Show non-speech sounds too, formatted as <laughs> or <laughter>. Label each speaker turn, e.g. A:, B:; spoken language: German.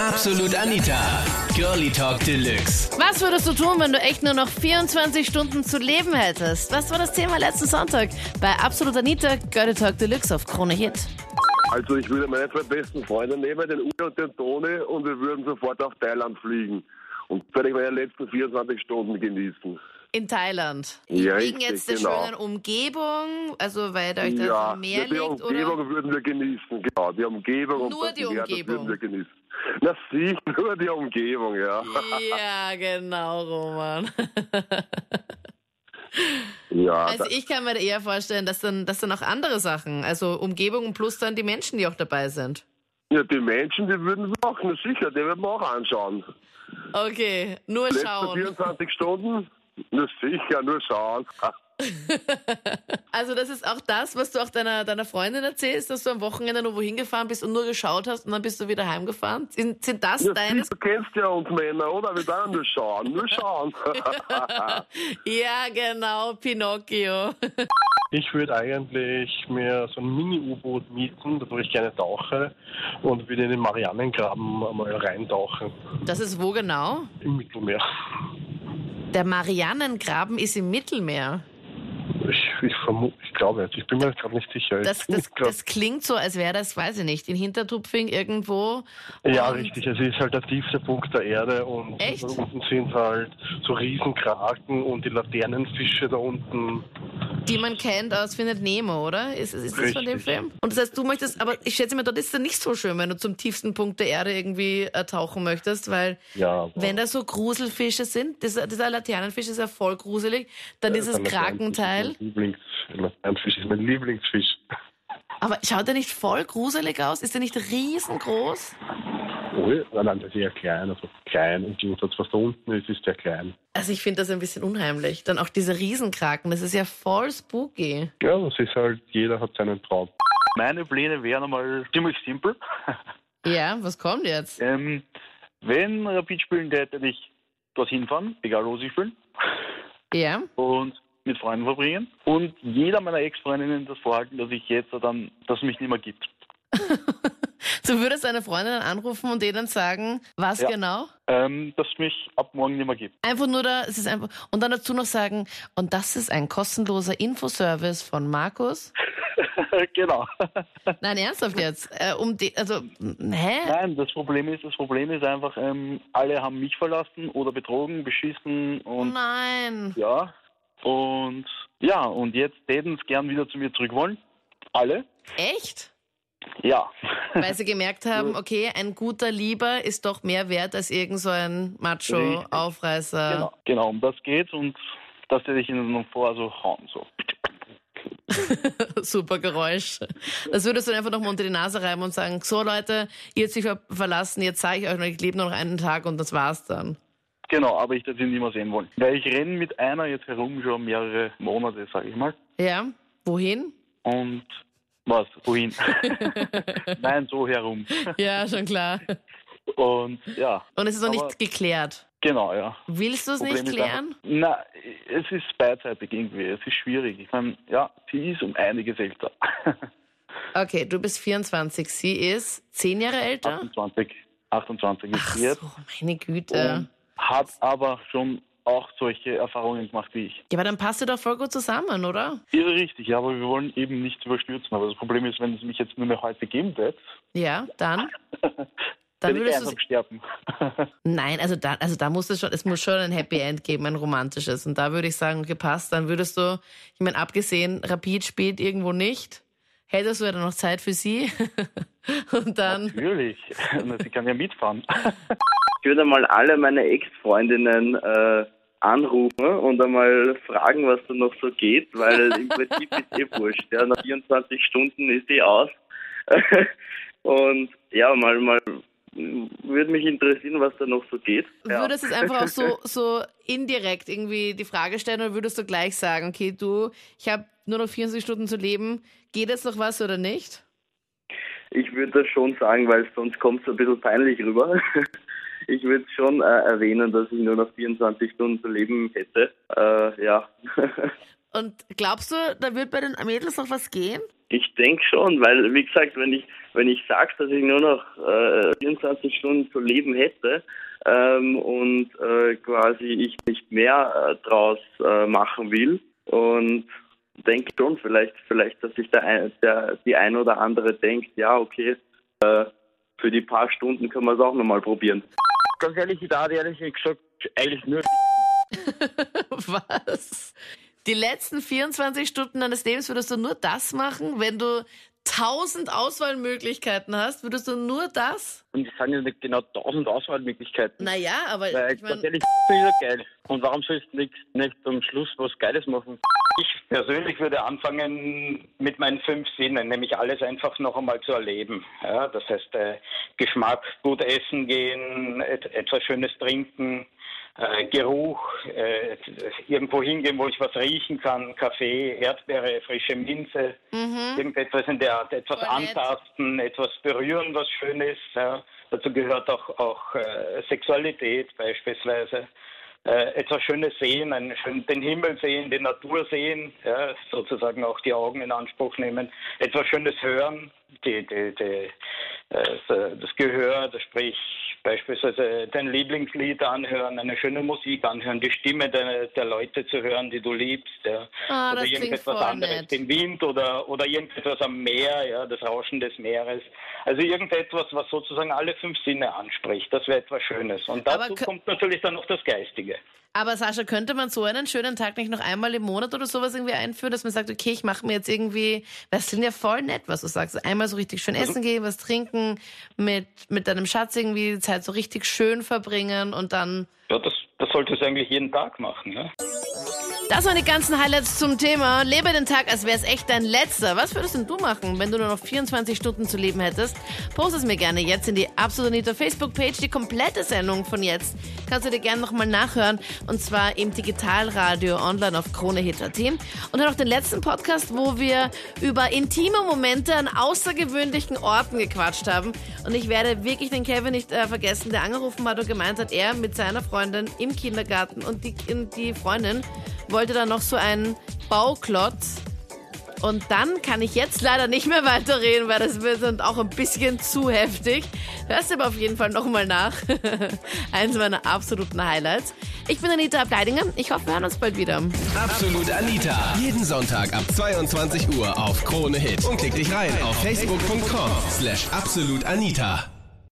A: Absolut Anita. Girlie Talk Deluxe.
B: Was würdest du tun, wenn du echt nur noch 24 Stunden zu leben hättest? Was war das Thema letzten Sonntag bei Absolut Anita Girlie Talk Deluxe auf Krone Hit?
C: Also ich würde meine zwei besten Freunde nehmen, den Uwe und den Tone, und wir würden sofort auf Thailand fliegen. Und werde ich meine letzten 24 Stunden genießen.
B: In Thailand.
C: Ja,
B: Wegen
C: richtig,
B: jetzt um der
C: genau.
B: schönen Umgebung, also weil da euch das
C: ja,
B: Meer
C: die
B: liegt,
C: Umgebung
B: oder?
C: würden wir genießen, genau. Die Umgebung und
B: Nur
C: das
B: die
C: Meer, das
B: Umgebung.
C: würden wir genießen. Na sicher, <laughs> nur die Umgebung, ja.
B: Ja, genau,
C: <laughs>
B: Roman.
C: Ja,
B: Also
C: da-
B: ich kann mir eher vorstellen, dass dann, dass dann auch andere Sachen, also Umgebung plus dann die Menschen, die auch dabei sind.
C: ja, die Menschen, die würden wir auch, na sicher, die werden wir auch anschauen.
B: Okay, nur
C: Letzte
B: schauen.
C: 24 Stunden, na sicher, nur schauen.
B: Also das ist auch das, was du auch deiner, deiner Freundin erzählst, dass du am Wochenende nur wohin gefahren bist und nur geschaut hast und dann bist du wieder heimgefahren. Sind, sind das
C: Ja,
B: deine...
C: sicher, du kennst ja uns Männer, oder? Wir sagen nur schauen, nur schauen.
B: <laughs> Ja, genau, Pinocchio.
D: Ich würde eigentlich mir so ein Mini-U-Boot mieten, da wo ich gerne tauche, und würde in den Marianengraben einmal reintauchen
B: Das ist wo genau?
D: im Mittelmeer.
B: Der Marianengraben ist im Mittelmeer.
D: Ich, ich, vermu- ich glaube jetzt, ich bin mir jetzt gerade nicht sicher.
B: Das,
D: Ich bin
B: das,
D: nicht grad-
B: das klingt so, als wäre das, weiß ich nicht, in Hintertupfing irgendwo.
D: ja,
B: Und-
D: richtig, es ist halt der tiefste Punkt der Erde und
B: Echt?
D: unten sind halt so Riesenkraken und die Laternenfische da unten.
B: die man kennt aus Findet Nemo, oder? Ist, ist das von dem
D: Richtig.
B: Film? Und das heißt, du möchtest, aber ich schätze mir, dort ist es nicht so schön, wenn du zum tiefsten Punkt der Erde irgendwie äh, tauchen möchtest, weil
D: Ja, aber-
B: wenn da so Gruselfische sind, dieser, dieser Laternenfisch ist ja voll gruselig, dann dieses
D: Der Laternenfisch ist
B: Krakenteil,
D: mein Lieblings, Laternenfisch ist mein Lieblingsfisch. <laughs>
B: aber schaut der nicht voll gruselig aus? Ist der nicht riesengroß?
D: Oh, nein, nein, der ist eher klein, also klein. Im Gegensatz, was da unten ist, ist der klein.
B: Also ich finde das ein bisschen unheimlich. Dann auch diese Riesenkraken, das ist ja voll spooky.
D: Ja, das ist halt, jeder hat seinen Traum.
E: Meine Pläne wären einmal ziemlich simpel.
B: Ja, was kommt jetzt?
E: ähm, wenn Rapid spielen, dann hätte ich dorthin fahren, egal wo sie spielen,
B: Ja,
E: und mit Freunden verbringen. Und jeder meiner Ex-Freundinnen das vorhalten, dass ich jetzt dann, dass es mich nicht mehr gibt.
B: du würdest deine Freundin dann anrufen und ihr dann sagen, was
E: Ja.
B: genau?
E: Ähm, dass es mich ab morgen nicht mehr gibt. <laughs>
B: Einfach nur da, es ist einfach. Und dann dazu noch sagen, und das ist ein kostenloser Infoservice von Markus.
E: genau.
B: Nein, ernsthaft jetzt. Äh, um die, also, m- hä?
E: Nein, das Problem ist, das Problem ist einfach, ähm, alle haben mich verlassen oder betrogen, beschissen
B: Oh
E: und
B: nein.
E: ja. Und ja, und jetzt hätten es gern wieder zu mir zurück wollen. Alle?
B: Echt?
E: Ja. <laughs>
B: Weil sie gemerkt haben, okay, ein guter Lieber ist doch mehr wert als irgend so ein
E: Richtig.
B: Macho-Aufreißer.
E: Genau, genau, um das geht's und das hätte ich Ihnen noch vor, so hauen, so. Genau.
B: <laughs> Super Geräusch. Das würdest du dann einfach nochmal unter die Nase reiben und sagen, so Leute, ihr habt sich ver verlassen, jetzt zeige ich euch noch, ich lebe nur noch einen Tag und das war's dann.
E: Genau, aber ich hätte ihn nicht mehr sehen wollen. Weil ich renne mit einer jetzt herum schon mehrere Monate, sage ich mal.
B: Ja?
E: <laughs>
B: Wohin?
E: Und was,
B: <laughs>
E: wohin? Nein, so herum.
B: Ja, schon klar.
E: Und ja,
B: Und es ist noch
E: Aber-
B: nicht geklärt.
E: genau, ja.
B: Willst du es nicht
E: ist
B: klären?
E: Einfach, na, es ist beidseitig irgendwie, es ist schwierig. Ich meine, ja, sie ist um einiges älter.
B: Okay, du bist 24, sie ist 10 Jahre älter.
E: 28, 28 ist
B: Ach
E: sie jetzt.
B: so, meine Güte.
E: Und hat aber schon auch solche Erfahrungen gemacht wie ich.
B: Ja, aber dann passt ihr doch voll gut zusammen, oder?
E: Ja, richtig, ja, aber wir wollen eben nichts überstürzen. Aber das Problem ist, wenn es mich jetzt nur mehr heute geben wird,
B: Ja, dann? Dann
E: dann ich
B: würdest du...
E: einsam sterben.
B: Nein, also da, also da muss es schon, es muss schon ein Happy End geben, ein romantisches. Und da würde ich sagen, okay, passt, dann würdest du, ich meine, abgesehen, Rapid spielt irgendwo nicht, hättest du ja dann noch Zeit für sie. <laughs> Und <laughs> dann...
E: Natürlich, <laughs> Na, sie kann ja mitfahren.
F: Ich würde mal alle meine Ex-Freundinnen äh, anrufen und einmal fragen, was da noch so geht, weil im Prinzip ist eh wurscht. Ja. Nach 24 Stunden ist eh aus. <laughs> und ja, mal, mal würde mich interessieren, was da noch so geht. Ja.
B: Würdest es einfach auch so, so indirekt irgendwie die Frage stellen oder würdest du gleich sagen, okay, du, ich habe nur noch 24 Stunden zu leben, geht jetzt noch was oder nicht?
F: Ich würde das schon sagen, weil sonst kommt es ein bisschen peinlich rüber. <laughs> Ich würde schon äh, erwähnen, dass ich nur noch 24 Stunden zu leben hätte. Äh, ja.
B: Und glaubst du, da wird bei den Mädels noch was gehen?
F: Ich denke schon, weil, wie gesagt, wenn ich, wenn wenn ich sage, dass ich nur noch äh, 24 Stunden zu leben hätte ähm, und äh, quasi ich nicht mehr äh, draus äh, machen will und denke schon vielleicht, vielleicht, dass sich der, ein, der die ein oder andere denkt, ja okay, äh, für die paar Stunden kann man es auch nochmal probieren.
G: Ganz ehrlich, da hat ehrlich gesagt eigentlich nur
B: <laughs> Was? Die letzten 24 Stunden deines Lebens würdest du nur das machen, wenn du tausend Auswahlmöglichkeiten hast, würdest du nur das?
G: und es sind ja nicht genau tausend Auswahlmöglichkeiten.
B: Naja, aber
G: Weil
B: ich
G: ganz
B: meine,
G: ehrlich, ist ja geil. Und warum sollst du nicht, nicht am Schluss was Geiles machen?
H: Ich persönlich würde anfangen mit meinen fünf Sinnen, nämlich alles einfach noch einmal zu erleben. Ja, das heißt, äh, Geschmack, gut essen gehen, et etwas Schönes trinken, äh, Geruch, äh, irgendwo hingehen, wo ich was riechen kann, Kaffee, Erdbeere, frische Minze, irgendetwas in der Art, etwas
B: Voll nett.
H: antasten, etwas berühren, was schön ist. Ja. Dazu gehört auch, auch äh, Sexualität beispielsweise äh, etwas Schönes sehen, einen schönen, den Himmel sehen, die Natur sehen, ja, sozusagen auch die Augen in Anspruch nehmen, etwas Schönes hören, die, die, die, äh, das Gehör, das sprich beispielsweise dein Lieblingslied anhören, eine schöne Musik anhören, die Stimme der, der Leute zu hören, die du liebst, ja.
B: Ah,
H: oder
B: das klingt
H: irgendetwas
B: voll
H: anderes,
B: nett.
H: den Wind oder, oder irgendetwas am Meer, ja, das Rauschen des Meeres. Also irgendetwas, was sozusagen alle fünf Sinne anspricht, das wäre etwas Schönes. Und
B: Aber
H: dazu
B: kö-
H: kommt natürlich dann noch das Geistige.
B: aber Sascha, könnte man so einen schönen Tag nicht noch einmal im Monat oder sowas irgendwie einführen, dass man sagt, okay, ich mache mir jetzt irgendwie, weil es klingt ja voll nett, was du sagst, Also einmal so richtig schön essen gehen, was trinken, mit, mit deinem Schatz irgendwie die Zeit so richtig schön verbringen und dann
H: Ja, das, das solltest du eigentlich jeden Tag machen. Ne?
B: Das waren die ganzen Highlights zum Thema. Lebe den Tag, als wäre es echt dein letzter. Was würdest denn du machen, wenn du nur noch 24 Stunden zu leben hättest? Post es mir gerne jetzt in die Absolut Anita Facebook-Page. Die komplette Sendung von jetzt kannst du dir gerne nochmal nachhören. Und zwar im Digitalradio online auf KroneHit.at. Und dann auch den letzten Podcast, wo wir über intime Momente an außergewöhnlichen Orten gequatscht haben. Und ich werde wirklich den Kevin nicht äh, vergessen, der angerufen hat und gemeint hat, er mit seiner Freundin im Kindergarten und die, und die Freundin wollte dann noch so einen Bauklotz. Und dann kann ich jetzt leider nicht mehr weiterreden, weil das wird dann auch ein bisschen zu heftig. Hörst aber auf jeden Fall nochmal nach. <laughs> Eins meiner absoluten Highlights. Ich bin Anita Ableidinger. Ich hoffe, wir hören uns bald wieder.
A: Absolut Anita. Jeden Sonntag ab 22 Uhr auf Krone Hit. Und klick dich rein auf facebook.com slash absolutanita.